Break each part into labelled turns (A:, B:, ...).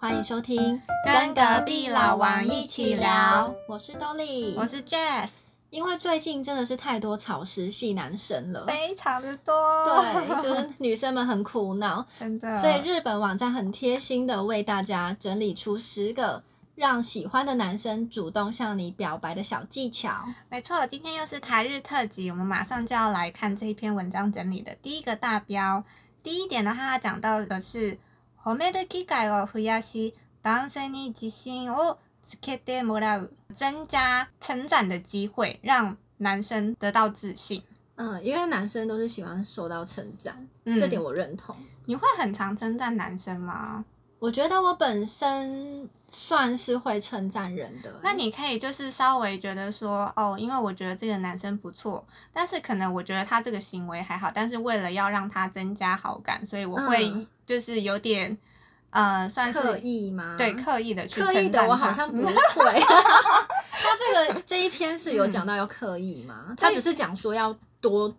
A: 欢迎收听，
B: 跟隔壁老王一起聊。
A: 我是 Dolly，
B: 我是 Jazz，
A: 因为最近真的是太多草食系男生了，
B: 非常的多，
A: 对，就是女生们很苦 恼，
B: 真的，
A: 所以日本网站很贴心的为大家整理出十个让喜欢的男生主动向你表白的小技巧。
B: 没错，今天又是台日特辑，我们马上就要来看这一篇文章整理的第一个大标。第一点的话，它讲到的是褒める機会を増やし、男性に自信をつけてもらう，增加成长的机会，让男生得到自信。
A: 嗯，因为男生都是喜欢受到称赞，
B: 嗯
A: 这点我认同。
B: 你会很常称赞男生吗？
A: 我觉得我本身算是会称赞人的，
B: 那你可以就是稍微觉得说，哦，因为我觉得这个男生不错，但是可能我觉得他这个行为还好，但是为了要让他增加好感，所以我
A: 嗯
B: 会就是有点，呃，算是
A: 刻意吗？
B: 对刻意的去
A: 刻意
B: 称
A: 的
B: 赞
A: 我
B: 他
A: 好 像不
B: 嗯
A: 会。 他这个这一篇是有讲到要刻意吗？他只是讲说要多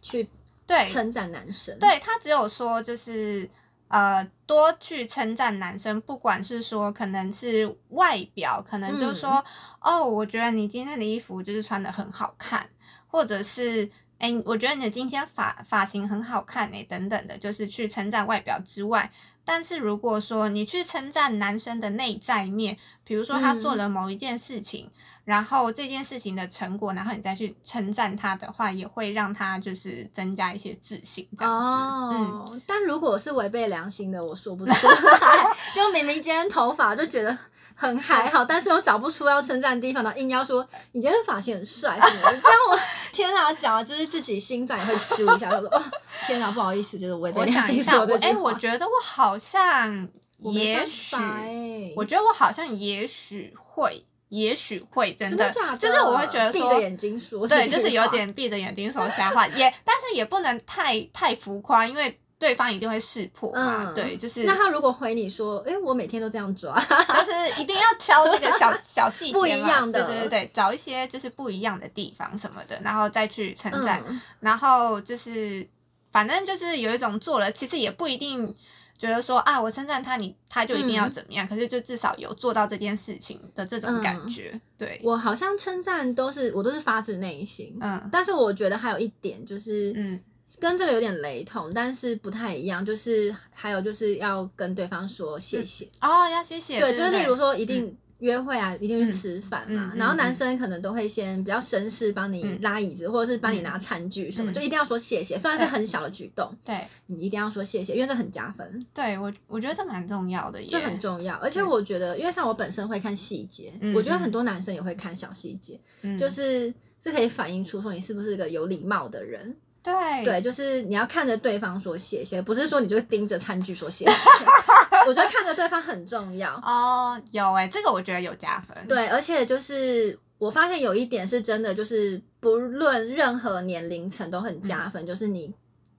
A: 去
B: 对
A: 称赞男生。，
B: 对他只有说就是呃多去称赞男生，不管是说可能是外表，可能就是说、
A: 嗯
B: 哦，我觉得你今天的衣服就是穿的很好看，或者是哎，我觉得你的今天发发型很好看哎、等等的，就是去称赞外表之外。但是如果说你去称赞男生的内在面，比如说他
A: 嗯
B: 做了某一件事情，然后这件事情的成果，然后你再去称赞他的话，也会让他就是增加一些自信这样子。嗯，
A: 哦，但如果是违背良心的，我说不 出来。 就明明今天头发就觉得很还好，但是又找不出要称赞的地方，然后硬要说你今天发型很帅什么的，这样 我天哪，讲完就是自己心脏也会揪一下，就说哦天哪，不好意思，就是违背
B: 我
A: 良
B: 想一
A: 心
B: 下，
A: 说
B: 我
A: 的
B: 哎、我觉得我好像
A: 我没
B: 也
A: 办
B: 许
A: 法，欸
B: 我觉得我好像也许会，也许会真
A: 真
B: 的，
A: 假的？
B: 就是我会觉得
A: 闭
B: 说
A: 着眼睛说，
B: 对，就是有。点闭着眼睛说瞎话，也但是也不能太太浮夸，因为对方一定会识破嘛。
A: 嗯
B: 对，就是
A: 那他如果回你说，哎、我每天都这样抓，
B: 就是一定要挑那个小小细节嘛
A: 不一样的
B: 对对对，找一些就是不一样的地方什么的，然后再 去称赞，
A: 嗯，
B: 然后就是反正就是有一种做了，其实也不一定。觉得说啊，我称赞他，你他就一定要
A: 嗯
B: 怎么样？可是就至少有做到这件事情的这种感
A: 嗯
B: 觉，对，
A: 我好像称赞都是我都是发自内心，
B: 嗯
A: 但是我觉得还有一点就是，
B: 嗯，
A: 跟这个有点雷同，但是不太一样，就是还有就是要跟对方说谢谢，
B: 哦，要谢谢，
A: 对，
B: 对
A: 就是
B: 对
A: 例如说一定。约会啊，一定去吃饭嘛，
B: 嗯嗯
A: 然后
B: 嗯
A: 男
B: 嗯
A: 生可能都会先比较绅士，帮你
B: 嗯
A: 拉椅子，或者是帮你
B: 嗯
A: 拿餐具什么，
B: 嗯
A: 就一定要说谢谢，虽然是
B: 对
A: 很小的举动，
B: 对，
A: 你一定要说谢谢，因为这很加分。
B: 对我，我觉得这蛮重要的耶，
A: 这很重要，而且
B: 对
A: 我觉得，因为像我本身会看细节，
B: 嗯
A: 我觉得
B: 嗯
A: 很多男生也会看小细节，
B: 嗯
A: 就是这可以反映出说你是不是一个有礼貌的人。
B: 对
A: 对，就是你要看着对方说谢谢，不是说你就盯着餐具说谢谢。 我觉得看着对方很重要。
B: 哦，有哎，这个我觉得有加分，
A: 对，而且就是我发现有一点是真的，就是不论任何年龄层都很
B: 嗯
A: 加分，就是你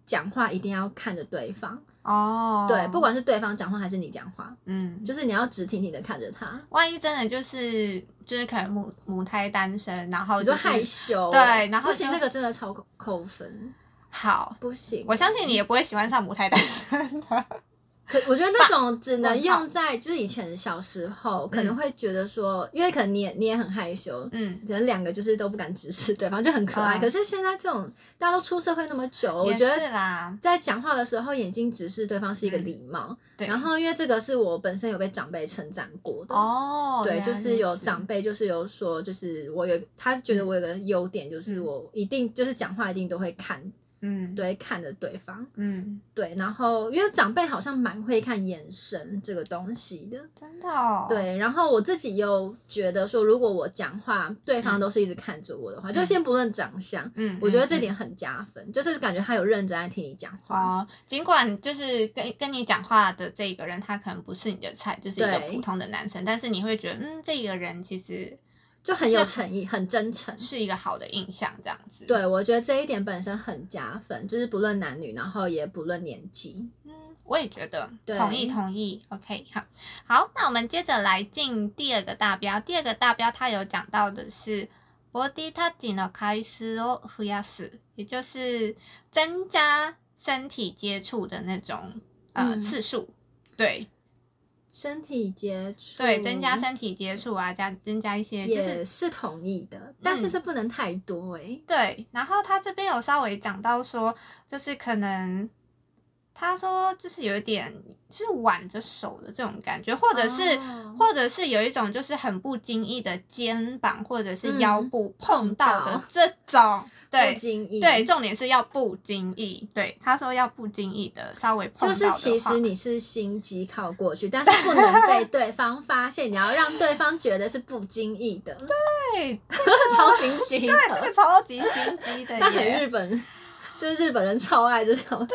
A: 讲话一定要看着对方，
B: 哦，
A: 对，不管是对方讲话还是你讲话，
B: 嗯，
A: 就是你要直挺挺的看着他。
B: 万一真的就是就是可能母母胎单身，然后
A: 你
B: 就
A: 就是害羞，
B: 对然后
A: 不行，
B: 就
A: 那个真的超扣扣分，
B: 好，
A: 不行。
B: 我相信你，也不会喜欢上母胎单身的，
A: 可我觉得那种只能
B: 问号
A: 用在就是以前小时候，可能会觉得说，因为可能你也你也很害羞。
B: 嗯，
A: 可能两个就是都不敢直视对方，就很可爱。
B: 嗯
A: 可是现在这种大家都出社会那么久，我
B: 也
A: 觉
B: 是
A: 得
B: 啦，
A: 在讲话的时候眼睛直视对方是一个
B: 嗯
A: 礼貌。
B: 对，
A: 然后因为这个是我本身有被长辈称赞过的，
B: 哦，
A: 对，
B: 原
A: 就
B: 来
A: 是
B: 如
A: 有
B: 此
A: 长辈，就是有说，就是我有他觉得
B: 嗯
A: 我有个优点，就是
B: 嗯
A: 我一定就是讲话一定都会看，
B: 嗯，，
A: 对，看着对方，
B: 嗯，
A: 对，然后因为长辈好像蛮会看眼神这个东西的，
B: 真的哦，，
A: 对，然后我自己又觉得说，如果我讲话，对方
B: 嗯
A: 都是一直看着我的话，就
B: 嗯
A: 先不论长相，
B: 嗯，
A: 我觉得
B: 嗯
A: 这
B: 嗯
A: 点很加分，就是感觉他有认真在听你讲话，
B: 哦，尽管就是跟跟你讲话的这个人，他可能不是你的菜，就是一个
A: 对
B: 普通的男生，但是你会觉得，嗯，这个人其实
A: 就很有
B: 是啊
A: 诚意，很真诚。
B: 是一个好的印象，这样子。，
A: 对，我觉得这一点本身很加分，就是不论男女，然后也不论年纪。
B: 嗯，我也觉得
A: 对
B: 同意同意。OK，好，好，那我们接着来进第二个大标。第二个大标它有讲到的是 body touch の回数を増やす，也就是增加身体接触的那种呃、
A: 嗯
B: 次数。对，
A: 身体接触，
B: 对，增加身体接触啊，加增加一些就
A: 也
B: 是
A: 是同意的，但是
B: 嗯
A: 是不能太多欸诶、
B: 对。然后他这边有稍微讲到说，就是可能他说就是有一点是挽着手的这种感觉，或者是、
A: 哦
B: 或者是有一种就是很不经意的肩膀或者是腰
A: 嗯
B: 部碰
A: 碰
B: 到的
A: 到
B: 这种，对
A: 不。经意，
B: 对，，重点是要不经意。对，他说要不经意的稍微碰
A: 就
B: 到
A: 是
B: 的
A: 其
B: 话
A: 实你是心机靠过去，但是不能 被对方发现，你要让对方觉得是不经意的，
B: 对，
A: 超心机的，
B: 这个超级心 机的
A: 呃但很
B: 耶，
A: 日本，就是日本人超爱这种，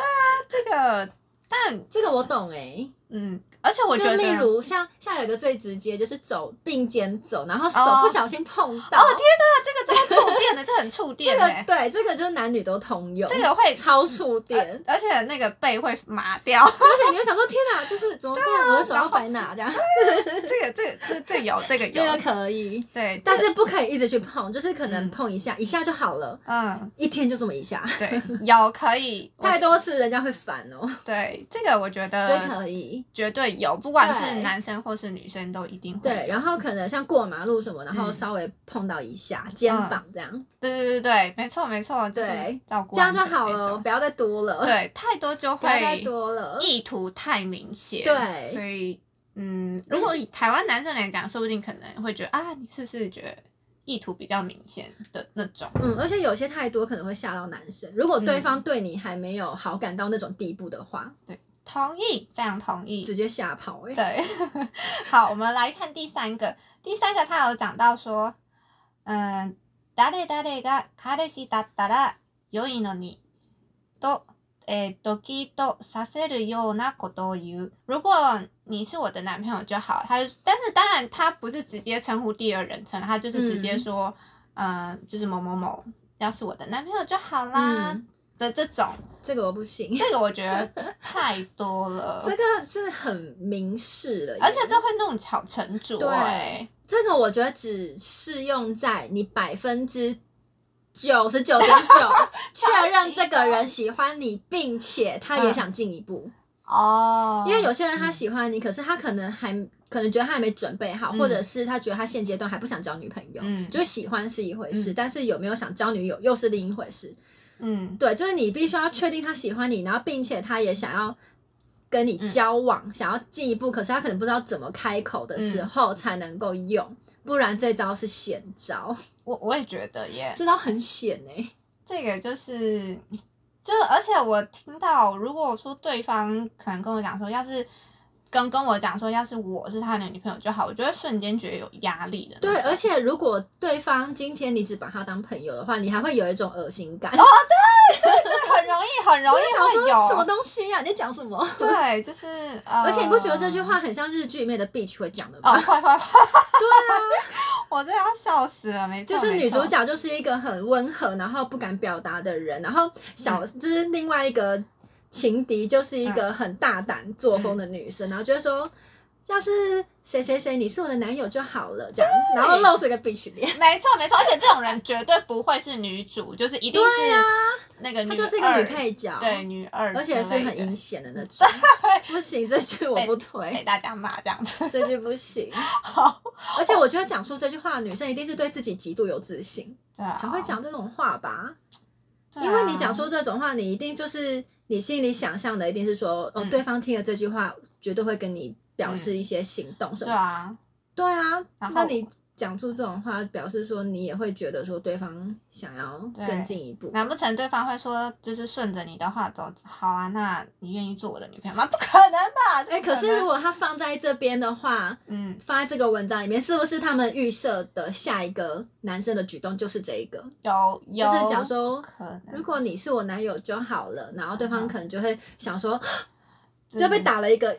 B: 这个，但
A: 这个我懂诶、
B: 嗯，而且我觉
A: 就
B: 得，
A: 例如像像有一个最直接就是走并肩走，然后手
B: 哦
A: 不小心碰到，
B: 哦天哪，这个真的触电的，这很触
A: 这
B: 电
A: 个
B: 的，
A: 对这个就是男女都通用，
B: 这个会
A: 超触
B: 呃
A: 电，
B: 而且那个背会麻掉。
A: 而且你就想说天哪，就是怎么办？我的手要摆哪这 样？
B: 这个，这个，这个这个有，这个
A: 这个
B: 有，
A: 可以，
B: 对，
A: 但
B: 这
A: 是不可以一直去碰，就是可能
B: 嗯
A: 碰一下一下就好了，
B: 嗯，
A: 一天就这么一下，
B: 对，有可以，我
A: 太多次人家会烦哦，
B: 对这个我觉
A: 所以
B: 得
A: 可以。
B: 绝对有，不管是
A: 对
B: 男生或是女生都一定会有。
A: 对，然后可能像过马路什么，然后
B: 嗯
A: 稍微碰到一下、肩
B: 嗯
A: 膀这样，
B: 对对对对，没错没错，就是
A: 对
B: 照顾
A: 这样就
B: 安全
A: 好
B: 那
A: 了，
B: 种
A: 不要再多了，，
B: 嗯对，太多就
A: 不要再
B: 会
A: 多了。
B: 意图太明显，
A: 对
B: 所以嗯，如果以台湾男生来讲，说不定可能会觉得啊，你是不是觉得意图比较明显的那种？
A: 嗯，而且有些太多可能会吓到男生。如果对
B: 嗯
A: 方对你还没有好感到那种地步的话，
B: 同意，非常同
A: 直
B: 意。
A: 接吓跑哎、欸。
B: 对， 好，我们来看第三个，第三个他有讲到说，嗯，誰誰が彼氏だったら良いのにと。えードキッとさせるようなことを言う。如果你是我的男朋友就好。他就但是当然他不是直接称呼第二人称，他就是直接
A: 嗯
B: 说，嗯、就是某某某，要是我的男朋友就好啦、
A: 嗯
B: 的这种。
A: 这个我不行，
B: 这个我觉得太多 了，
A: 这个是很明示的耶，
B: 而且这会弄巧成拙、
A: 对
B: 欸。
A: 这个我觉得只适用在你百分之九十九点 九确认这个人喜欢你，并且他也想进一步。
B: 哦，
A: 因为有些人他喜欢你，可是他可能还可能觉得他还没准备好，
B: 嗯
A: 或者是他觉得他现阶段还不想交女朋友。
B: 嗯，
A: 就是喜欢是一回事，
B: 嗯
A: 但是有没有想交女友又是另一回事。
B: 嗯
A: 对，就是你必须要确定他喜欢你，然后并且他也想要跟你
B: 嗯
A: 交往，想要进一步，可是他可能不知道怎么开口的时
B: 嗯
A: 候才能够用，不然这招是险招，
B: 我我也觉得耶，
A: 这招很险哎、
B: 这个就是，就而且我听到，如果说对方可能跟我讲说，要是跟跟我讲说，要是我是他的女朋友就好，我就会瞬间觉得有压力的那种。
A: 对，而且如果对方今天你只把他当朋友的话，你还会有一种恶心感，
B: 对很容易，很容
A: 就是想
B: 易
A: 说
B: 哦会有哦
A: 什么东西啊呀、你在讲什么？
B: 对，就是，呃、
A: 而且你不觉得这句话很像日剧里面的 bitch 会讲的
B: 哦，
A: 吗？
B: 快快
A: 对
B: 快！
A: 啊。
B: 我真的要笑死了，没错，
A: 就是
B: 没
A: 女主
B: 错
A: 角就是一个很温和，然后不敢表达的人，然后小、
B: 嗯
A: 就是另外一个情敌就是一个很大胆作风的女生，然后就会说。要是谁谁谁，你是我的男友就好了，这样，然后露出一个 bitch 脸，
B: 没错没错，而且这种人绝对不会是女主，就是一定
A: 对呀、
B: 是那个女
A: 她
B: 二，
A: 就是一个女配角，
B: 对，女二之类的，
A: 而且是很阴险的 那种，不行，这句我不
B: 被
A: 推，
B: 大家骂这 样子。
A: 这句不行，
B: 好，
A: 而且我觉得讲出这句话的女生一定是对自己极度有自信，
B: 对啊，
A: 才会讲这种话吧？
B: 对啊，
A: 因为你讲出这种话，你一定就是你心里想象的，一定是说，哦，
B: 嗯
A: 对方听了这句话，绝对会跟你表示一些行动什
B: 对
A: 么。
B: 啊，
A: 对啊，
B: 然后
A: 那你讲出这种话，表示说你也会觉得说对方想要更进一步。
B: 难不成对方会说就是顺着你的话走？好啊，那你愿意做我的女朋友吗？不可能吧？
A: 哎，
B: 怎
A: 可
B: 么
A: 是
B: 能
A: 如果他放在这边的话，
B: 嗯，
A: 放在这个文章里面，是不是他们预设的下一个男生的举动就是这一个？
B: 有有，
A: 就是假如说
B: 可能
A: 如果你是我男友就好了，然后对
B: 嗯
A: 方可能就会想说，
B: 真
A: 就被
B: 的
A: 打了一个，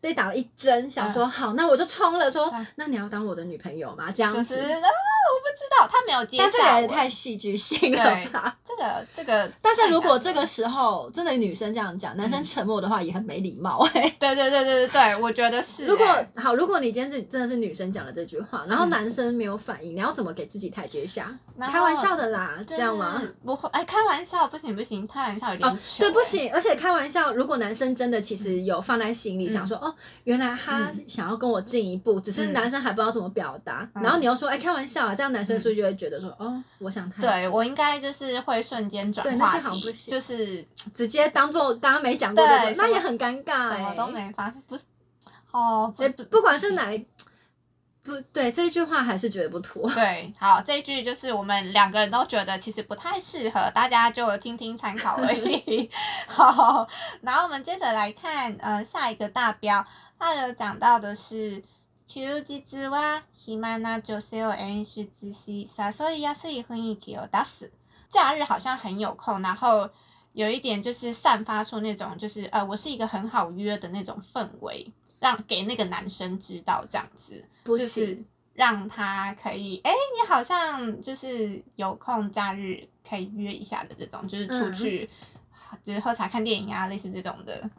A: 被打了一针，想说、好，那我就冲了，说、
B: 嗯
A: 那你要当我的女朋友吗？这样
B: 就
A: 子
B: 是，啊，我不知道，他没有接
A: 但这
B: 下
A: 个也
B: 文
A: 太戏剧性了
B: 对
A: 吧？
B: 这的这个，
A: 但是如果这个时候真的女生这样讲，男
B: 嗯
A: 生沉默的话也很没礼貌哎、
B: 对对对对对对，我觉得是欸、
A: 如果好，如果你今天是真的是女生讲了这句话，然后
B: 嗯
A: 男生没有反应，你要怎么给自己台阶下？
B: 然
A: 开玩
B: 后
A: 笑的啦，这样吗？？
B: 不会，哎，开玩笑不行不行，开玩笑有点糗、
A: 哦，对，不，行，而且开玩笑，如果男生真的其实有放在心里，
B: 嗯
A: 想说哦，原来他
B: 嗯
A: 想要跟我进一步，只是
B: 嗯
A: 男生还不知道怎么表达，
B: 嗯
A: 然后你又说哎开玩笑啊，这样男生是不是就会觉得说、哦，我想太
B: 对我应该就是会瞬间
A: 对
B: 转
A: 那
B: 话
A: 就好不
B: 题，
A: 行
B: 就是
A: 直接当做当没讲过的
B: 对，
A: 那
B: 什么
A: 也很尴尬
B: 什
A: 哎、
B: 么都没发生，不是，哦，
A: 哎不管是哪一不对这句话还是觉得不妥。
B: 对，好，这一句就是我们两个人都觉得其实不太适合，大家就听听参考而已。 好，然后我们接着来看，呃，下一个大标，它有讲到的是。休日は暇な女性を演出し、誘いやすい雰囲気を出す。假日好像很有空，然后有一点就是散发出那种就是呃，我是一个很好约的那种氛围，让给那个男生知道这样子。
A: 不
B: 就
A: 行，
B: 是让他可以，哎、你好像就是有空假日可以约一下的这种，就是出
A: 嗯
B: 去，就是喝茶、看电影啊，类似这种的。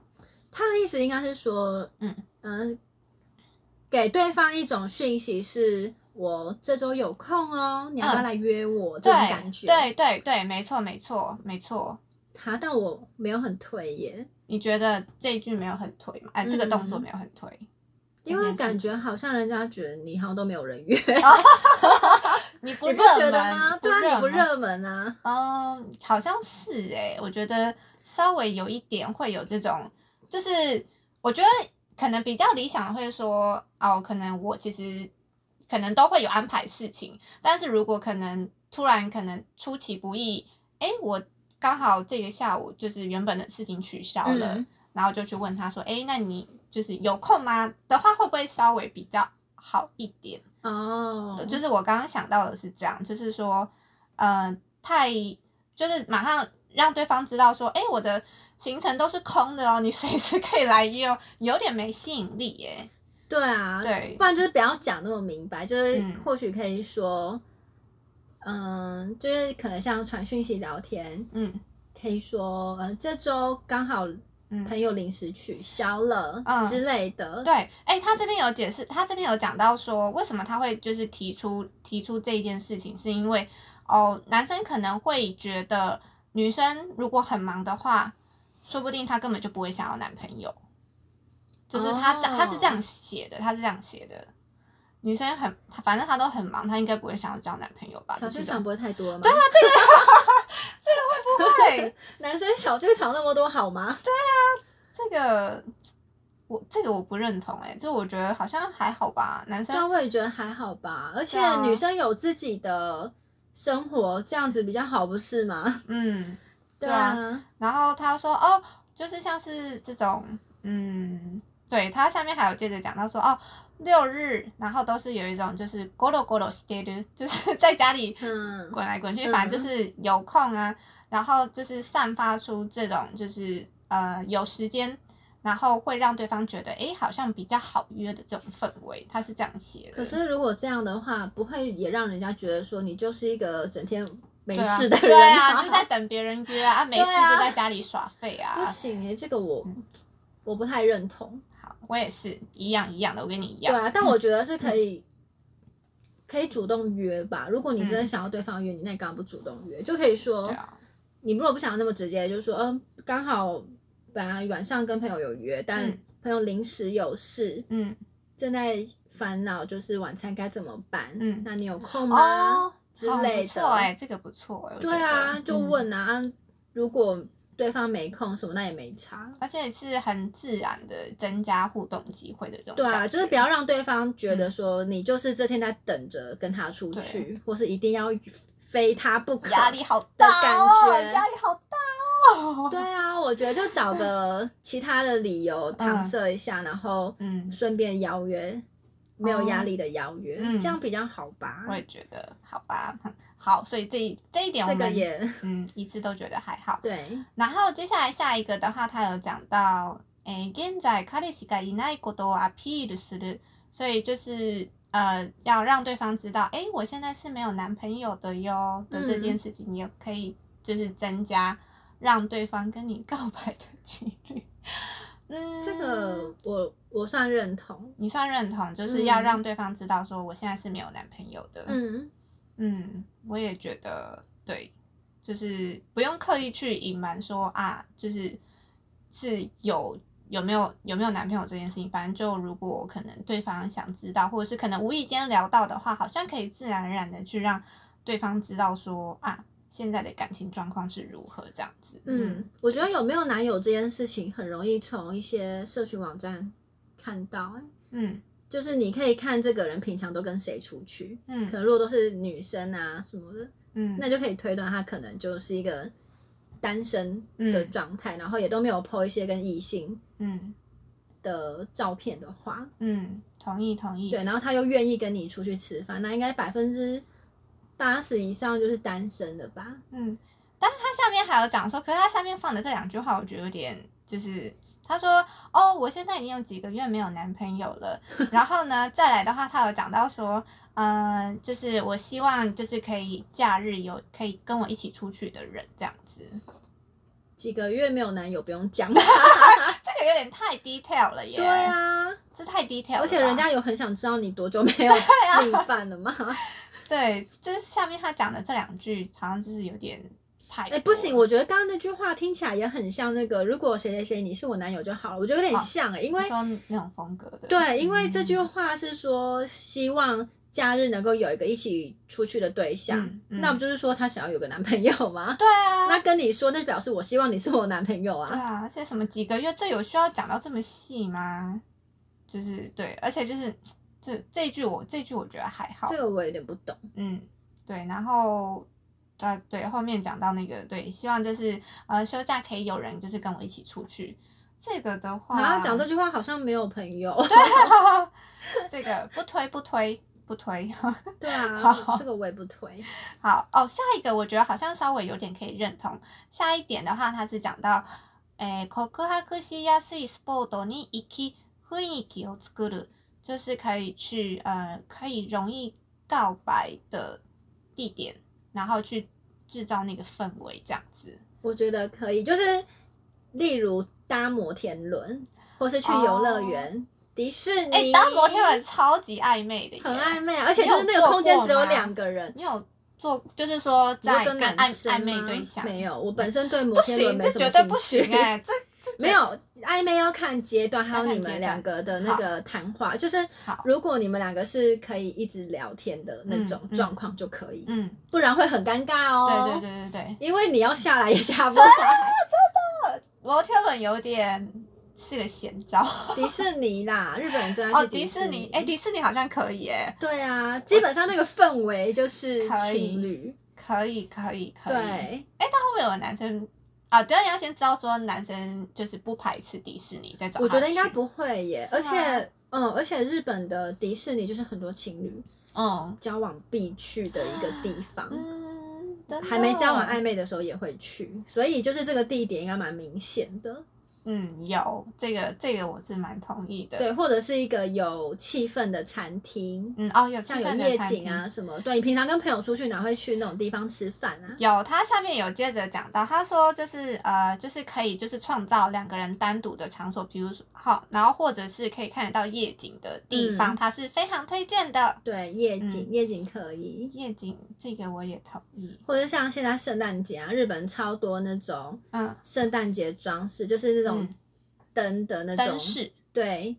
A: 他的意思应该是说，
B: 嗯
A: 嗯，给对方一种讯息是。我这周有空哦，你要不要
B: 嗯
A: 来约我？这
B: 对
A: 种感觉，
B: 对对对，没错没错没错。
A: 他，但我没有很推耶，
B: 你觉得这一句没有很推吗？哎、这个动作
A: 嗯
B: 没有很推。
A: 因
B: 这件
A: 为
B: 事
A: 感觉好像人家觉得你好像都没有人约，
B: 哦 你 不
A: 你不
B: 热
A: 觉得
B: 门
A: 吗？对啊，你不
B: 门
A: 热门啊，
B: 嗯，好像是诶、我觉得稍微有一点会有这种，就是我觉得可能比较理想的会说，哦，可能我其实可能都会有安排事情，但是如果可能突然可能出其不意，诶、我刚好这个下午就是原本的事情取消了，
A: 嗯
B: 然后就去问他说，诶、那你就是有空吗？的话会不会稍微比较好一点？
A: 哦，
B: 呃就是我刚刚想到的是这样，就是说，呃，太就是马上让对方知道说，哎，我的行程都是空的哦，你随时可以来约哦，有点没吸引力耶。
A: 对啊，
B: 对
A: 不然就是不要讲那么明白，就是
B: 嗯
A: 或许可以说，嗯、就是可能像传讯息聊天，
B: 嗯
A: 可以说，呃，这周刚好
B: 嗯，
A: 朋友临时取消了、
B: 嗯
A: 之类的，
B: 对，哎，他这边有解释，他这边有讲到说，为什么他会就是提出提出这一件事情，是因为哦，男生可能会觉得女生如果很忙的话，说不定她根本就不会想要男朋友，就是他、他是这样写的，他是这样写的。女生很，反正她都很忙，她应该不会想要交男朋友吧？
A: 小
B: 啊就
A: 剧
B: 是
A: 场
B: 这种
A: 不会太多了吗？对啊，
B: 对，
A: 男生小剧场那么多好吗？
B: 这个我这个我不认同哎、就我觉得好像还好吧，男
A: 对啊，
B: 生
A: 我也觉得还好吧，而且
B: 对啊
A: 女生有自己的生活，这样子比较好，不是吗？
B: 嗯，
A: 对
B: 对啊，然后他说哦，就是像是这种，嗯，对他下面还有接着讲到说哦，六日，然后都是有一种就是咕噜咕噜 stay 就是在家里
A: 嗯
B: 滚来滚去，
A: 嗯
B: 反正就是有空啊，然后就是散发出这种就是呃有时间。然后会让对方觉得，哎，好像比较好约的这种氛围，他是这样写的。
A: 可是如果这样的话，不会也让人家觉得说你就是一个整天没
B: 对啊
A: 事的人
B: 对啊，就在等别人约啊，啊没事
A: 对啊
B: 就在家里耍废 啊。
A: 不行哎，这个我
B: 嗯
A: 我不太认同。
B: 好，我也是一样一样的，我跟你一
A: 对
B: 样。嗯
A: 啊，但我觉得是可以。可以主动约吧，如果你真的
B: 嗯
A: 想要对方约你，那你干嘛不主动约？就可以说，
B: 对啊，
A: 你如果不想要那么直接，就是说，嗯，刚好本来晚上跟朋友有约，但
B: 嗯
A: 朋友临时有事，
B: 嗯，
A: 正在烦恼就是晚餐该怎么办，
B: 嗯
A: 那你有空吗、
B: 哦，
A: 之类
B: 好不错哎、
A: 的，
B: 这个不错哎、我觉
A: 对啊，
B: 得
A: 就
B: 嗯
A: 问啊，啊如果对方没空什么，那也没差。
B: 而且是很自然的增加互动机会的这种。
A: 对啊，就是不要。让对方觉得
B: 嗯
A: 说你就是这天在等着跟他出
B: 对
A: 去，或是一定要非他不可。
B: 压力好大、哦、
A: 感觉
B: 压力好大哦。
A: 对，啊，我觉得就找个其他的理由搪塞一下，然后
B: 嗯
A: 顺便邀约，没有压
B: 哦
A: 力的邀约，
B: 嗯
A: 这样比较好吧？
B: 我也觉得，好吧，嗯好，所以这一这一点我
A: 这
B: 们
A: 个也
B: 嗯一致都觉得还好。
A: 对，
B: 然后接下来下一个的话，他有讲到，诶，现在彼氏がいないことをアピールする，所以就是呃，要让对方知道，诶，我现在是没有男朋友的哟的这件事情，也可以就是增加让对方跟你告白的几率。嗯，
A: 这个我我算认同。
B: 你算认同，就是要
A: 嗯
B: 让对方知道说我现在是没有男朋友的。
A: 嗯，
B: 嗯，我也觉得对，就是不用刻意去隐瞒说啊，就是是有有没有有没有男朋友这件事情，反正就如果可能对方想知道，或者是可能无意间聊到的话，好像可以自然而然的去让对方知道说啊，现在的感情状况是如何这样子。
A: 嗯，我觉得有没有男友这件事情，很容易从一些社群网站看到、欸
B: 嗯
A: 就是你可以看这个人平常都跟谁出去，
B: 嗯
A: 可能如果都是女生啊什么的，
B: 嗯，
A: 那就可以推断他可能就是一个单身的
B: 嗯
A: 状态，然后也都没有 po 一些跟异性
B: 嗯
A: 的照片的话，
B: 嗯，同意同意。
A: 对，然后他又愿意跟你出去吃饭，那应该百分之八十以上就是单身的吧？
B: 嗯，但是他下面还有讲说，可是他下面放的这两句话，我觉得有点就是。他说：“哦，我现在已经有几个月没有男朋友 了。然后呢，再来的话，他有讲到说，嗯、就是我希望就是可以假日有可以跟我一起出去的人这样子。
A: 几个月没有男友不用讲，
B: 这个有点太 detail 了耶。
A: 对，啊，
B: 这太 detail 了吧。
A: 而且人家有很想知道你多久没有
B: 啊
A: 另一半了吗？
B: 对，这下面他讲的这两句，好像就是有点太……
A: 哎、不行，我觉得刚刚那句话听起来也很像那个，如果谁谁谁你是我男友就好了，我觉得有点
B: 哦
A: 像哎、因
B: 你
A: 为
B: 说那种风格的，
A: 对，因为这句
B: 嗯
A: 话是说希望假日能够有一个一起出去的对象，
B: 嗯嗯
A: 那不就是说他想要有个男朋友吗？
B: 对啊，
A: 那跟你说，那表示我希望你是我男朋友
B: 对
A: 啊。
B: 啊，而且什么几个月，这有需要讲到这么细吗？就是对，而且就是这这一句我这一句我觉得还好，
A: 这个我有点不懂。
B: 嗯，对，然后啊对，后面讲到那个对，希望就是呃休假可以有人就是跟我一起出去，这个的话，
A: 然后讲这句话好像没有朋友。
B: 这个不推不推不推，
A: 对啊
B: 好，
A: 这个我也不推。
B: 好哦，下一个我觉得好像稍微有点可以认同。下一点的话，它是讲到，诶，告白しやすいスポットに行き雰囲気を作る，就是可以去呃，可以容易告白的地点，然后去制造那个氛围这样子。
A: 我觉得可以，就是例如搭摩天轮，或是去游乐园、迪士尼。
B: 诶，当哦哎摩天轮超级暧昧的，
A: 很暧。昧啊，而且就是那个空间只有两个人。
B: 你有做就是说
A: 你说
B: 在
A: 跟
B: 跟
A: 男
B: 暧
A: 生吗
B: 暧昧对象
A: 没？有，我本身对
B: 不
A: 摩天轮
B: 行，
A: 没
B: 这
A: 什么
B: 绝
A: 兴趣。
B: 对不行哎、这
A: 没有暧昧要看阶段，还有
B: 要看
A: 你
B: 阶
A: 们
B: 段
A: 两个的那个谈话，就是
B: 好
A: 如果你们两个是可以一直聊天的那种
B: 嗯嗯
A: 状况就可以，
B: 嗯，
A: 不然会很尴尬
B: 对
A: 哦。
B: 对对对对。
A: 因为你要下来也下不来，
B: 摩天轮有点是个险招
A: 迪士尼啦，日本人真的
B: 哦，
A: 去
B: 迪士
A: 士
B: 尼
A: 尼，，
B: 哎、迪士尼好像可以哎，
A: 对啊，基本上那个氛围就是
B: 可以
A: 情侣，
B: 可以可以可以。哎、
A: 对，
B: 但会不会有男生啊？对，你要先知道说男生就是不排斥迪士尼再找他
A: 我觉得应该
B: 去，
A: 不会耶，而
B: 是吗
A: 且嗯，而且日本的迪士尼就是很多情侣
B: 嗯
A: 交往必去的一个地方。
B: 嗯，真的
A: 还没交往
B: 哦
A: 暧昧的时候也会去，所以就是这个地点应该蛮明显的，
B: 嗯，有这个这个我是蛮同意的。
A: 对，，或者是一个有气氛的餐厅，
B: 嗯哦，有
A: 像
B: 气
A: 有
B: 氛的
A: 夜
B: 餐
A: 景
B: 厅
A: 啊什么，对你平常跟朋友出去哪会去那种地方吃饭啊？
B: 有，他下面有接着讲到，他说就是呃，就是可以就是创造两个人单独的场所，比如说好，然后或者是可以看得到夜景的地方，
A: 嗯
B: 他是非常推荐的。
A: 对，夜景、
B: 嗯
A: 夜景可以，
B: 夜景这个我也同意，
A: 或者像现在圣诞节啊，日本超多那种
B: 嗯，
A: 圣诞节装饰，就是那种
B: 嗯
A: 灯的那种，
B: 灯饰，
A: 对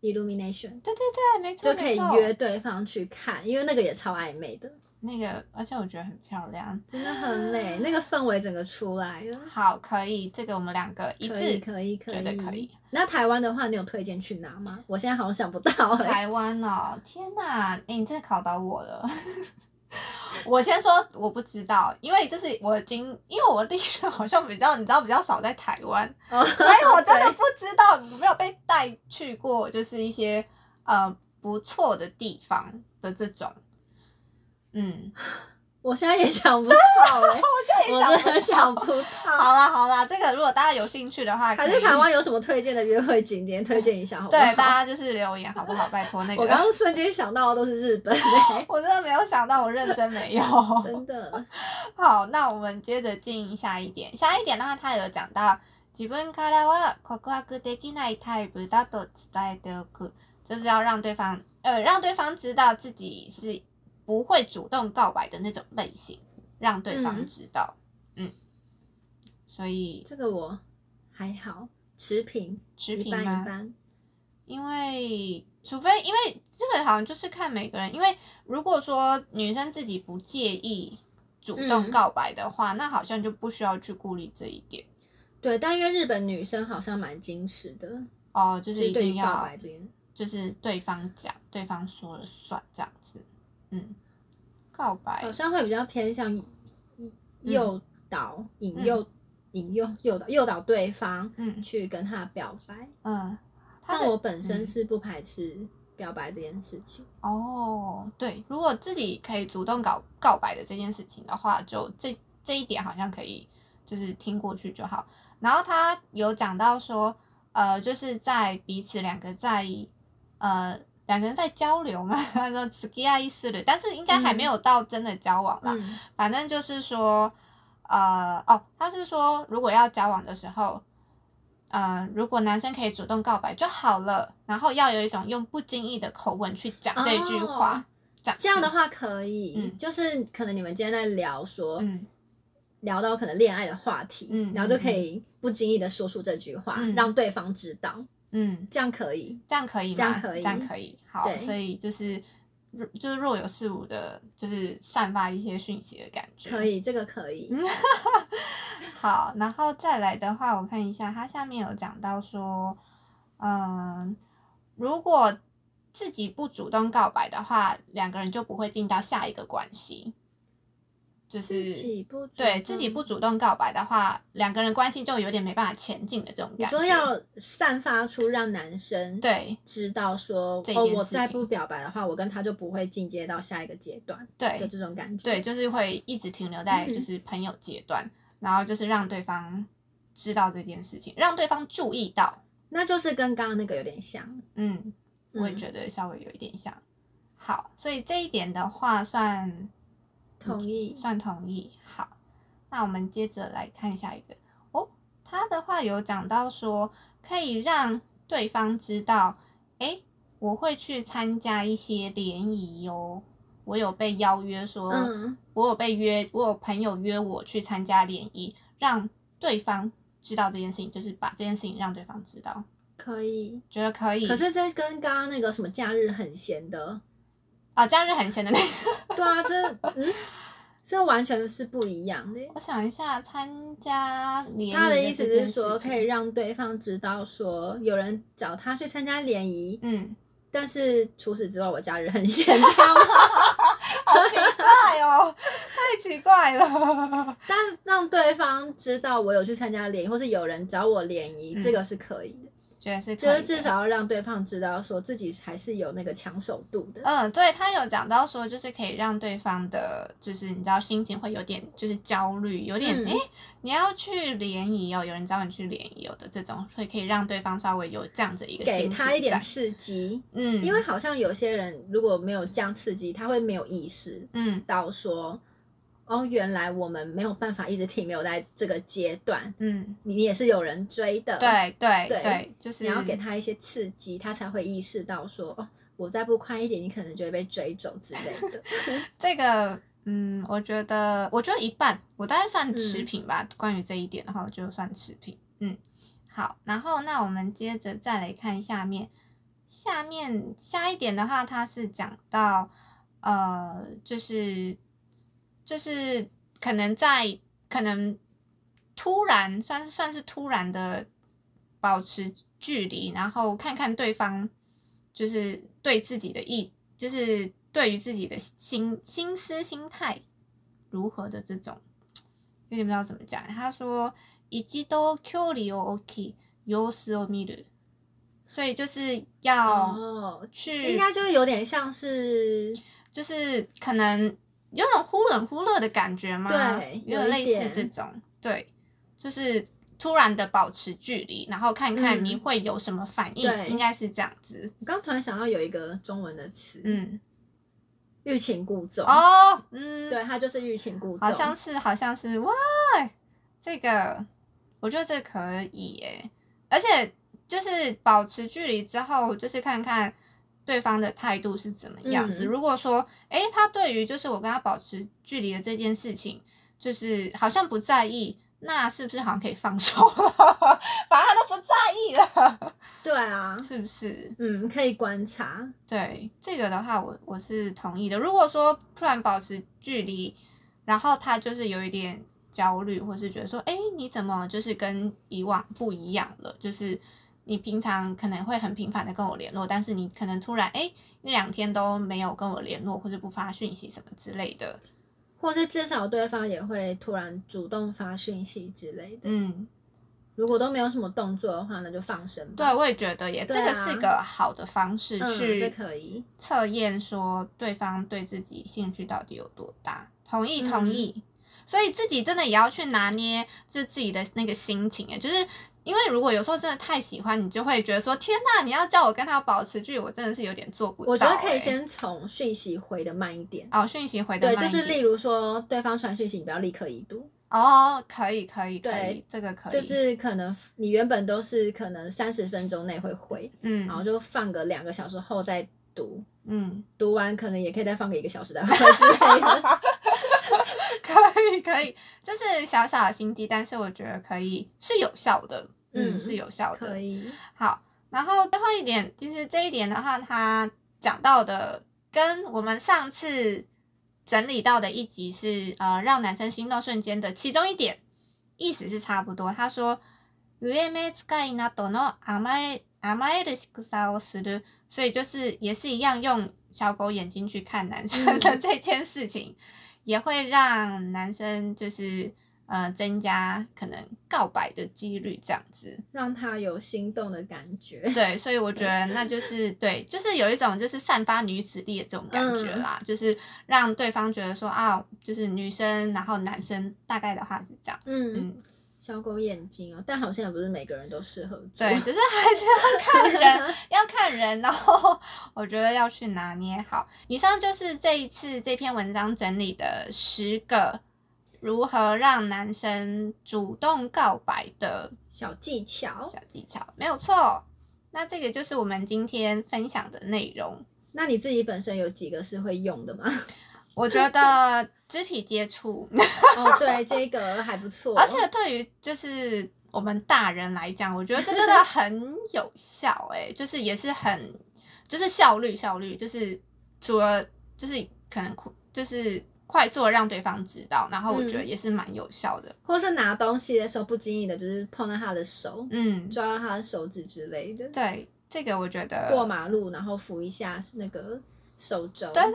A: ，illumination。
B: 对对对，没错，
A: 就可以
B: 没错
A: 约对方去看，因为那个也超暧昧的，
B: 那个，而且我觉得很漂亮，
A: 真的很美，那个氛围整个出来了。
B: 好，可以，这个我们两个 一
A: 可以
B: 致，
A: 可以可
B: 觉得
A: 以
B: 可以。
A: 那台湾的话，你有推荐去哪吗？我现在好像想不到哎、
B: 台湾哦，天哪！哎、你真的考倒我了。 我先说我不知道，因为就是我已经，因为我历史好像比较，你知道比较少在台湾，
A: 哦，
B: 所以我真的
A: 对
B: 不知道没有被带去过，就是一些呃不错的地方的这种。嗯，
A: 我现在也想不到哎、
B: 我
A: 我
B: 就也
A: 真的
B: 想
A: 想
B: 不到
A: 不到。
B: 好啦好啦，这个如果大家有兴趣的话，
A: 还
B: 可
A: 是
B: 以
A: 台湾有什么推荐的约会景点？推荐一下好不好？
B: 对大家就是留言好不好？拜托那个，
A: 我刚刚瞬间想到的都是日本、欸，
B: 我真的没有想到，我认真没有。
A: 真的。
B: 好，那我们接着进下一点。下一点的话，他有讲到自分からは告白できないタイプだと伝えておく，就是要让对方呃让对方知道自己是不会主动告白的那种类型，让对方
A: 嗯
B: 知道。嗯，所以
A: 这个我还好，持平，
B: 持
A: 一
B: 平
A: 般
B: 吗
A: 一般。
B: 因为除非因为这个好像就是看每个人，因为如果说女生自己不介意主动
A: 嗯
B: 告白的话，那好像就不需要去顾虑这一点
A: 对，但因为日本女生好像蛮矜持的，
B: 哦，
A: 就
B: 就
A: 是是
B: 一
A: 对
B: 定
A: 于告
B: 要
A: 白这件，
B: 就是对方讲，对方说了算这样子，嗯，告白
A: 好像会比较偏向引
B: 嗯
A: 诱导、引诱、引诱、诱导、诱导对方
B: 嗯
A: 去跟他表白。
B: 嗯，他
A: 但
B: 的
A: 我本身
B: 嗯
A: 是不排斥表白这件事情。
B: 哦，对，如果自己可以主动告告白的这件事情的话，就这这一点好像可以就是听过去就好。然后他有讲到说，呃，就是在彼此两个在呃两个人在交流嘛， 他说付き合いする，但是应该还没
A: 嗯
B: 有到真的交往啦。
A: 嗯，
B: 反正就是说，呃，哦，他是说如果要交往的时候，呃，如果男生可以主动告白就好了，然后要有一种用不经意的口吻去讲这句话，
A: 哦这样的
B: 话，
A: 话可以，
B: 嗯
A: 就是可能你们今天在聊说，
B: 嗯
A: 聊到可能恋爱的话题，
B: 嗯
A: 然后就可以不经意的说出这句话，
B: 嗯
A: 让对方知道，
B: 嗯，
A: 这样可以。
B: 这样可以吗？
A: 这样可以
B: 这样可以。好，
A: 对
B: 所以就是若就是若有似无的，就是散发一些讯息的感觉，
A: 可。以，这个可以。
B: 嗯 好，然后再来的话，我看一下，它下面有讲到说，嗯，如果自己不主动告白的话，两个人就不会进到下一个关系，就
A: 自
B: 是
A: 己不主
B: 对自己
A: 动
B: 不主动告白的话，两个人关系就有点没办法前进的这种感觉。
A: 你说要散发出让男生
B: 对
A: 知道说
B: 这
A: 哦，
B: 件
A: 我
B: 事
A: 再
B: 情
A: 不表白的话，我跟他就不会进阶到下一个阶段的
B: 对
A: 这种感觉。
B: 对，就是会一直停留在就
A: 嗯
B: 是朋友阶段，然后就是让对方知道这件事情，让对方注意到。
A: 那就是跟刚刚那个有点像。
B: 嗯，我也
A: 嗯
B: 觉得稍微有一点像。好，所以这一点的话算
A: 同意
B: 算同意。好，那我们接着来看下一个哦，他的话有讲到说可以让对方知道，诶，我会去参加一些联谊哦，我有被邀约说，
A: 嗯，
B: 我有被约，我有朋友约我去参加联谊，让对方知道这件事情，就是把这件事情让对方知道，
A: 可以。
B: 觉得可以。
A: 可是这跟刚刚那个什么假日很闲的，
B: 啊，假日很闲的那个。
A: 对啊，这 嗯，这完全是不一样的。
B: 我想一下，参加联谊
A: 他的意思
B: 这件
A: 是说，
B: 事情
A: 可以让对方知道说有人找他去参加联谊，
B: 嗯，
A: 但是除此之外，我假日很闲，这样吗？
B: 好奇怪哦，太奇怪了。
A: 但是让对方知道我有去参加联谊，或是有人找我联谊，
B: 嗯
A: 这个是可以的，
B: 觉得是可以的，
A: 就是至少要让对方知道说自己还是有那个抢手度的。
B: 嗯，对他有讲到说，就是可以让对方的，就是你知道心情会有点就是焦虑，有点
A: 嗯
B: 诶，你要去联谊哦，有人找你去联谊哦的这种，会可以让对方稍微有这样子一个
A: 给
B: 心
A: 他
B: 情
A: 一点
B: 在，
A: 刺激，
B: 嗯，
A: 因为好像有些人如果没有这样刺激，他会没有意识
B: 嗯
A: 到说，哦，原来我们没有办法一直停留在这个阶段，
B: 嗯，
A: 你也是有人追的，，
B: 对对
A: 呃对
B: 对，就是
A: 你要给他一些刺激，他才会意识到说，哦，我再不快一点，你可能就会被追走之类的。
B: 这个，嗯，我觉得，我觉得一半，我大概算持
A: 嗯
B: 平吧。关于这一点的话，我就算持平。嗯，好，然后那我们接着再来看下面，下面下一点的话，它是讲到，呃，就是就是可能在可能突然算是算是突然的保持距离，然后看看对方就是对自己的意，就是对于自己的心心思心态如何的这种，有点不知道怎么讲。他说，一度距離を置き様子を見る，所以就是要
A: 哦，
B: 去、
A: 应该就是有点像是
B: 就是可能有种忽冷忽热的感觉吗？
A: 对
B: 有
A: 有一
B: 类似这
A: 点
B: 种，对，就是突然的保持距离，然后看看你
A: 嗯
B: 会有什么反应，
A: 对
B: 应该是这样子。
A: 我刚突然想到有一个中文的词，
B: 嗯，
A: 欲擒故纵。，
B: 哦，嗯，
A: 对，，它就是欲擒故纵。
B: 好像是，好像是，哇，这个我觉得这可以耶，而且就是保持距离之后，就是看看对方的态度是怎么样子。
A: 嗯
B: 如果说，诶，他对于就是我跟他保持距离的这件事情，就是好像不在意。那是不是好像可以放手了？ 反正他都不在意了，
A: 对啊，
B: 是不是？
A: 嗯，可以观察。
B: 对这个的话我，我是同意的。如果说突然保持距离，然后他就是有一点焦虑，或是觉得说，哎，你怎么就是跟以往不一样了？就是你平常可能会很频繁的跟我联络，但是你可能突然哎一两天都没有跟我联络，或是不发讯息什么之类的。
A: 或是至少对方也会突然主动发讯息之类的。
B: 嗯，
A: 如果都没有什么动作的话，那就放生
B: 对，啊
A: 吧。
B: 我也觉得耶，这
A: 对
B: 个
A: 啊
B: 是个好的方式
A: 嗯这
B: 去
A: 可以
B: 测验说对方对自己兴趣到底有多大。同意，同
A: 嗯
B: 意。所以自己真的也要去拿捏，就自己的那个心情耶，就是因为如果有时候真的太喜欢，你就会觉得说天呐，你要叫我跟他保持距离，我真的是有点做不到耶。
A: 我觉得可以先从讯息回的慢一点。
B: 哦，讯息回的
A: 对，就是例如说，对方传讯息，你不要立刻已读，
B: 哦，可以，可以，可以
A: 对，
B: 这个可以，
A: 就是可能你原本都是可能三十分钟内会回，
B: 嗯
A: 然后就放个两个小时后再读，
B: 嗯，
A: 读完可能也可以再放个一个小时再回之类 的。
B: 可以，可以，就是小小的心机，但是我觉得可以是有效的，嗯，
A: 嗯
B: 是有效的，
A: 可以，
B: 好，然后最后一点，就是这一点的话，他讲到的跟我们上次整理到的一集是呃让男生心动瞬间的其中一点，意思是差不多。他说，上目使いなどの甘え甘える仕草をする，所以就是也是一样用小狗眼睛去看男生的
A: 嗯
B: 这件事情，也会让男生就是呃增加可能告白的几率这样子。
A: 让他有心动的感觉。
B: 对，所以我觉得那就是对，就是有一种就是散发女子力的这种感觉啦，就是让对方觉得说啊，就是女生，然后男生大概的话是这样，
A: 嗯，
B: 嗯，
A: 小狗眼睛哦，但好像也不是每个人都适合做。
B: 对，就是还是要 看人，要看人，然后我觉得要去拿捏好。以上就是这一次这篇文章整理的十个如何让男生主动告白的
A: 小技巧。
B: 小技巧，没有错。那这个就是我们今天分享的内容。
A: 那你自己本身有几个是会用 的吗？
B: 我觉得肢体接触，
A: 哦，对，这个还不错。哦
B: 而且对于就是我们大人来讲，我觉得这 真的很有效哎、就是也是很就是效率效率，就是除了就是可能快就是快速地让对方知道，然后我觉得
A: 嗯
B: 也是蛮有效的。
A: 或是拿东西的时候不经意的，就是碰到他的手，
B: 嗯，
A: 抓到他的手指之类的。
B: 对，这个我觉得
A: 过马路然后扶一下那个手肘。
B: 对对对对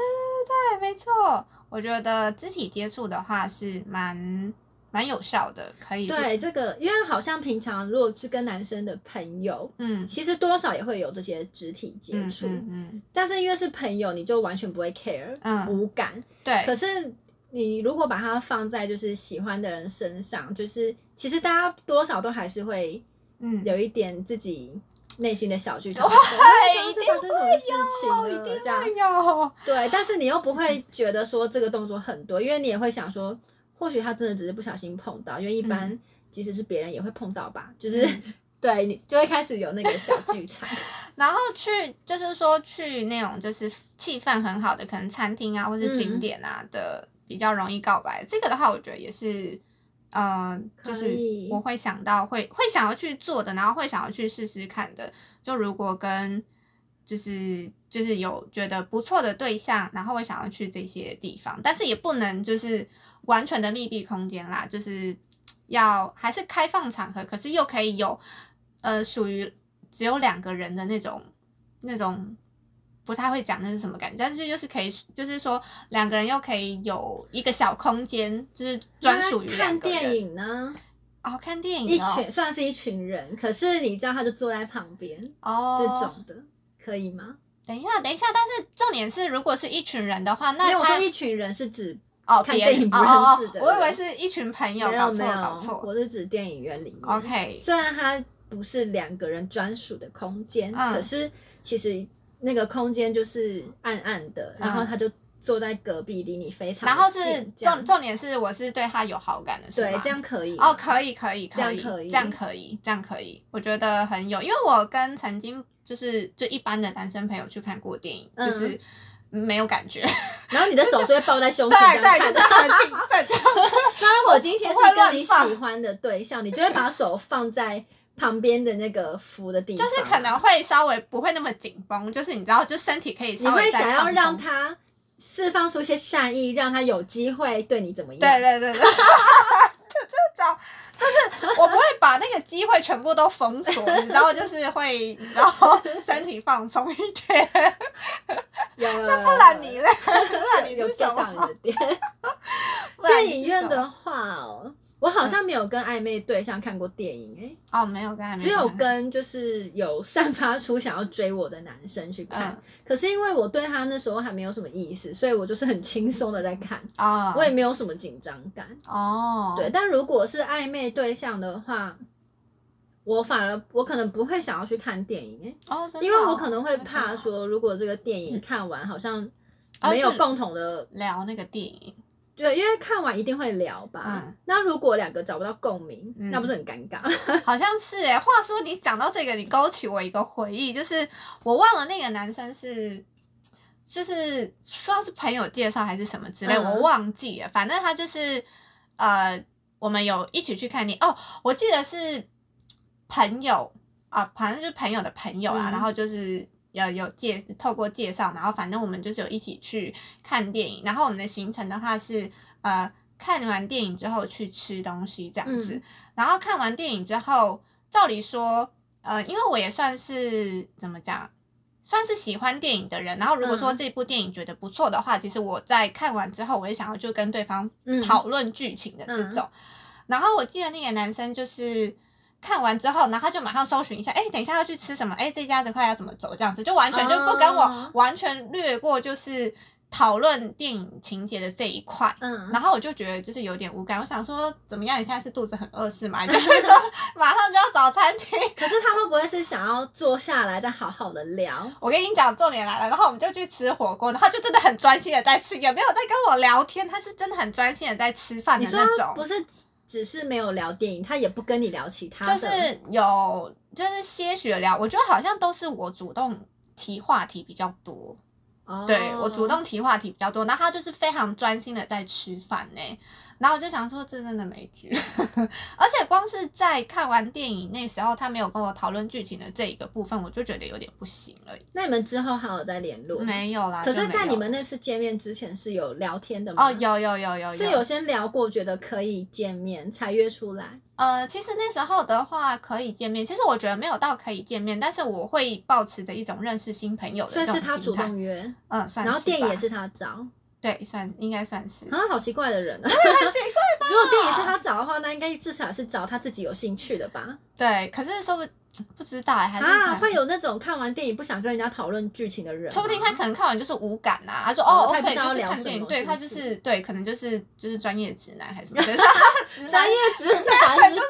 B: 对，没错，我觉得肢体接触的话是蛮蛮有效的，可以
A: 对这个，因为好像平常如果是跟男生的朋友，
B: 嗯
A: 其实多少也会有这些肢体接
B: 嗯
A: 触，
B: 嗯嗯，
A: 但是因为是朋友，你就完全不会 care，、
B: 嗯
A: 无感。
B: 对，
A: 可是你如果把它放在就是喜欢的人身上，就是其实大家多少都还是会
B: 嗯
A: 有一点自己内心的小剧场，
B: 哇
A: 对，这
B: 一定
A: 发生什么事情
B: 哦，一
A: 了？
B: 定
A: 这样
B: 会有。
A: 对，但是你又不会觉得说这个动作很多，因为你也会想说，或许他真的只是不小心碰到，因为一般即使是别人也会碰到吧，就是、
B: 嗯
A: 对你就会开始有那个小剧场。
B: 然后去就是说去那种就是气氛很好的，可能餐厅啊或是景
A: 嗯
B: 点啊的、比较容易告白。这个的话，我觉得也是，呃，就
A: 可
B: 是
A: 以
B: 我会想到会会想要去做的，然后会想要去试试看的。就如果跟就是就是有觉得不错的对象，然后会想要去这些地方，但是也不能就是完全的密闭空间啦，就是要还是开放场合，可是又可以有呃属于只有两个人的那种那种。不太会讲那是什么感觉，但是就是可以，就是说两个人又可以有一个小空间，就是 专属于
A: 那
B: 两
A: 嗯看
B: 个人
A: 电影呢，
B: 哦，看电影、哦、
A: 一群虽然是一群人，可是你知道他就坐在旁边、
B: 哦
A: 这种的，可以吗？
B: 等一下，等一下，但是重点是，如果是一群人的话，那
A: 没有，我
B: 他
A: 说一群人是指
B: 哦，
A: 看
B: 别
A: 电
B: 人
A: 影不
B: 哦
A: 认
B: 哦
A: 识的
B: 哦我以为
A: 人
B: 是一群朋友，
A: 没
B: 搞
A: 有
B: 错
A: 没
B: 了搞
A: 有，
B: 错。
A: 我是指电影院里面。
B: OK，
A: 虽然它不是两个人专属的空间，
B: 嗯
A: 可是其实那个空间就是暗暗的，然后
B: 嗯
A: 他就坐在隔壁，离你非常
B: 然后
A: 近
B: 是
A: 这样
B: 重重点是我是对他有好感的，是
A: 对
B: 吗，
A: 这样可以
B: 哦，可以可以
A: 这样
B: 可以，
A: 可以
B: 这样可以，这样可以，我觉得很有，因为我跟曾经就是就一般的男生朋友去看过电影，
A: 嗯
B: 就是没有感觉，
A: 然后你的手是会抱在胸前这
B: 对
A: 样看
B: 对，就
A: 的
B: 是。很谨慎这样子。
A: 那如果今天是
B: 我会
A: 跟你
B: 乱放
A: 喜欢的对象，你就会把手放在旁边的那个扶的地
B: 就
A: 方，
B: 是可能会稍微不会那么紧绷，就是你知道，就身体可以
A: 你
B: 稍
A: 会
B: 微再
A: 想要
B: 放
A: 让
B: 松。
A: 他释放出一些善意，让他有机会对你怎么样？
B: 对对对对， 就这种，就是我不会把那个机会全部都封锁，你知道，就是会，你知道，身体放松一点，
A: 有，有有
B: 不然 你嘞，不然你
A: 有
B: 是
A: get
B: 什
A: 到你
B: 么？
A: 的点。
B: 不然
A: 电
B: 你
A: 影
B: 是
A: 院
B: 什么嗯
A: 的话哦，我好像没有跟暧昧对象看过电影、欸，
B: 哦，没有跟还没
A: 只有
B: 看
A: 跟就是有散发出想要追我的男生去看。
B: 嗯
A: 可是因为我对他那时候还没有什么意思，所以我就是很轻松的在看，
B: 啊，
A: 我也没有什么紧张感。
B: 哦，
A: 对，，但如果是暧昧对象的话，我反而我可能不会想要去看电影、欸，
B: 哦，真的
A: 因为我
B: 哦
A: 可能会怕，
B: 真的哦
A: 说如果这个电影看完好像
B: 嗯哦
A: 没有
B: 是
A: 共同的
B: 聊那个电影，
A: 对，因为看完一定会聊吧。
B: 嗯
A: 那如果两个找不到共鸣，那不是很尴尬？
B: 好像是哎、话说你讲到这个，你勾起我一个回忆，就是我忘了那个男生是，就是不知道是朋友介绍还是什么之类，
A: 嗯
B: 我忘记了。反正他就是呃，我们有一起去看电影哦，我记得是朋友啊，反正就是朋友的朋友啦，
A: 嗯
B: 然后就是。有有介透过介绍，然后反正我们就是有一起去看电影，然后我们的行程的话是呃看完电影之后去吃东西这样子，
A: 嗯
B: 然后看完电影之后，照理说，呃，因为我也算是怎么讲，算是喜欢电影的人。然后如果说
A: 嗯
B: 这部电影觉得不错的话，其实我在看完之后，我也想要就跟对方
A: 嗯
B: 讨论剧情的这
A: 嗯
B: 种。然后我记得那个男生就是。看完之后，然后他就马上搜寻一下，哎，等一下要去吃什么？哎，这家的快要怎么走？这样子就完全就不跟我、
A: 哦
B: 完全略过，就是讨论电影情节的这一块。
A: 嗯，
B: 然后我就觉得就是有点无感，我想说怎么样？你现在是肚子很饿是吗？就 是说马上就要找餐厅。
A: 可是他会不会是想要坐下来再好好的聊？
B: 我跟你讲，重点来了，然后我们就去吃火锅，然后他就真的很专心的在吃，也没有在跟我聊天，他是真的很专心的在吃饭
A: 你
B: 的
A: 说
B: 那种。
A: 不是只是没有聊电影，他也不跟你聊其他
B: 就
A: 的，
B: 是有，就是些许的聊，我觉得好像都是我主动提话题比较多，
A: 哦
B: 对我主动提话题比较多，然后他就是非常专心的在吃饭呢、然后我就想说，这真的没剧， 而且光是在看完电影那时候，他没有跟我讨论剧情的这一个部分，我就觉得有点不行了。
A: 那你们之后还有在联络？。
B: 没有啦，
A: 可是，
B: 就没
A: 在你
B: 有
A: 们那次见面之前是有聊天的吗？
B: 哦，有有有有
A: 是有先聊过，觉得可以见面才约出来。
B: 呃，其实那时候的话可以见面，其实我觉得没有到可以见面，但是我会保持着一种认识新朋友的
A: 所
B: 这
A: 以
B: 种
A: 是他
B: 心
A: 主
B: 态，
A: 动约，
B: 嗯，算
A: 然后
B: 是
A: 电影
B: 吧
A: 也是他找，
B: 对，算应该算是，
A: 啊，好奇怪的人啊！
B: 很谨慎
A: 如果电影是他找的话，那应该至少是找他自己有兴趣的吧？
B: 对，可是说不不知道哎、还是可
A: 啊，
B: 能
A: 会有那种看完电影不想跟人家讨论剧情的人吗，
B: 说不定他可能看完就是无感呐、啊，他说
A: 哦
B: 哦
A: 他也
B: OK，
A: 不知道
B: 就是
A: 聊
B: 看
A: 什
B: 电影，
A: 么
B: 对
A: 是
B: 他
A: 不
B: 就是是对，可能就是就是专业直男还是什 么的，
A: 专业直男
B: 专业就是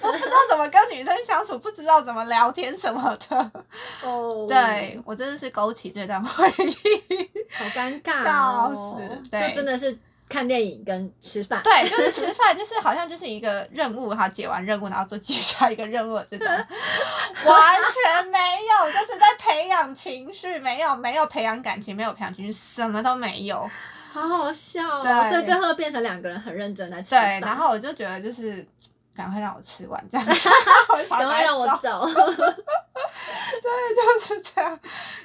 B: 我不知道怎么跟女生相处，不知道怎么聊天什么的。
A: 哦，
B: 对，我真的是勾起这段回忆，
A: 好尴尬、哦，
B: 笑死对
A: 就真的是看电影跟吃饭，
B: 对，就是吃饭，就是好像就是一个任务，然后解完任务，然后做接下一个任务这种，完全没有，就是在培养情绪，没有没有培养感情，没有培养情绪，什么都没有。
A: 好好笑、哦，
B: 对
A: 所以最后变成两个人很认真在吃
B: 对
A: 饭，，
B: 然后我就觉得就是赶快让我吃完这 样子，
A: 赶
B: 赶
A: 快让我
B: 走，
A: 走，
B: 对，就是这样。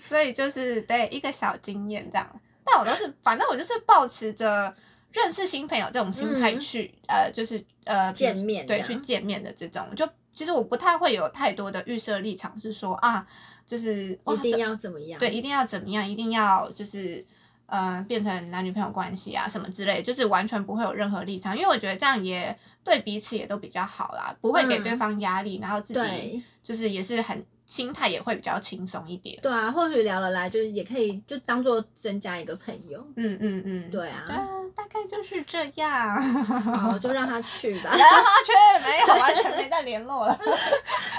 B: 所以就是对一个小经验这样，但我都是反正我就是保持着认识新朋友这种心态
A: 嗯
B: 去、呃，就是呃比
A: 见面
B: 对
A: 这
B: 去
A: 样
B: 见面的这种，就其实我不太会有太多的预设立场，是说啊，就是哇
A: 一定
B: 怎
A: 要怎么样？
B: 对，一定要怎么样，一定要就是呃变成男女朋友关系啊什么之类，就是完全不会有任何立场，因为我觉得这样也对彼此也都比较好啦，不会给对
A: 嗯
B: 方压力，然后自己
A: 对
B: 就是也是很心态也会比较轻松一点。
A: 对啊，或许聊得来，就是也可以就当做增加一个朋友，
B: 嗯嗯嗯，
A: 对啊
B: 对啊，大概就是这样。
A: 好，我就让他去吧。
B: 然后却没有，完全没再联络 了。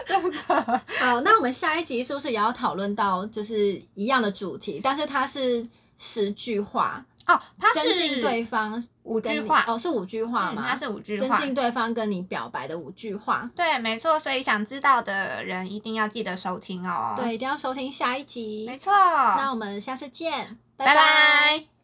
B: 真的
A: 好，那我们下一集是不是也要讨论到就是一样的主题？但是它是十句话，
B: 哦，他
A: 增
B: 是
A: 进对方
B: 五
A: 跟
B: 句
A: 你
B: 话，
A: 哦，是五句话
B: 嗯，
A: 吗？
B: 他是五句
A: 增
B: 话。
A: 进对方跟你表白的五句话。
B: 对，没错，所以想知道的人一定要记得收听哦。
A: 对，，一定要收听下一集。
B: 没错。
A: 那我们下次见，
B: 拜
A: 拜
B: 拜。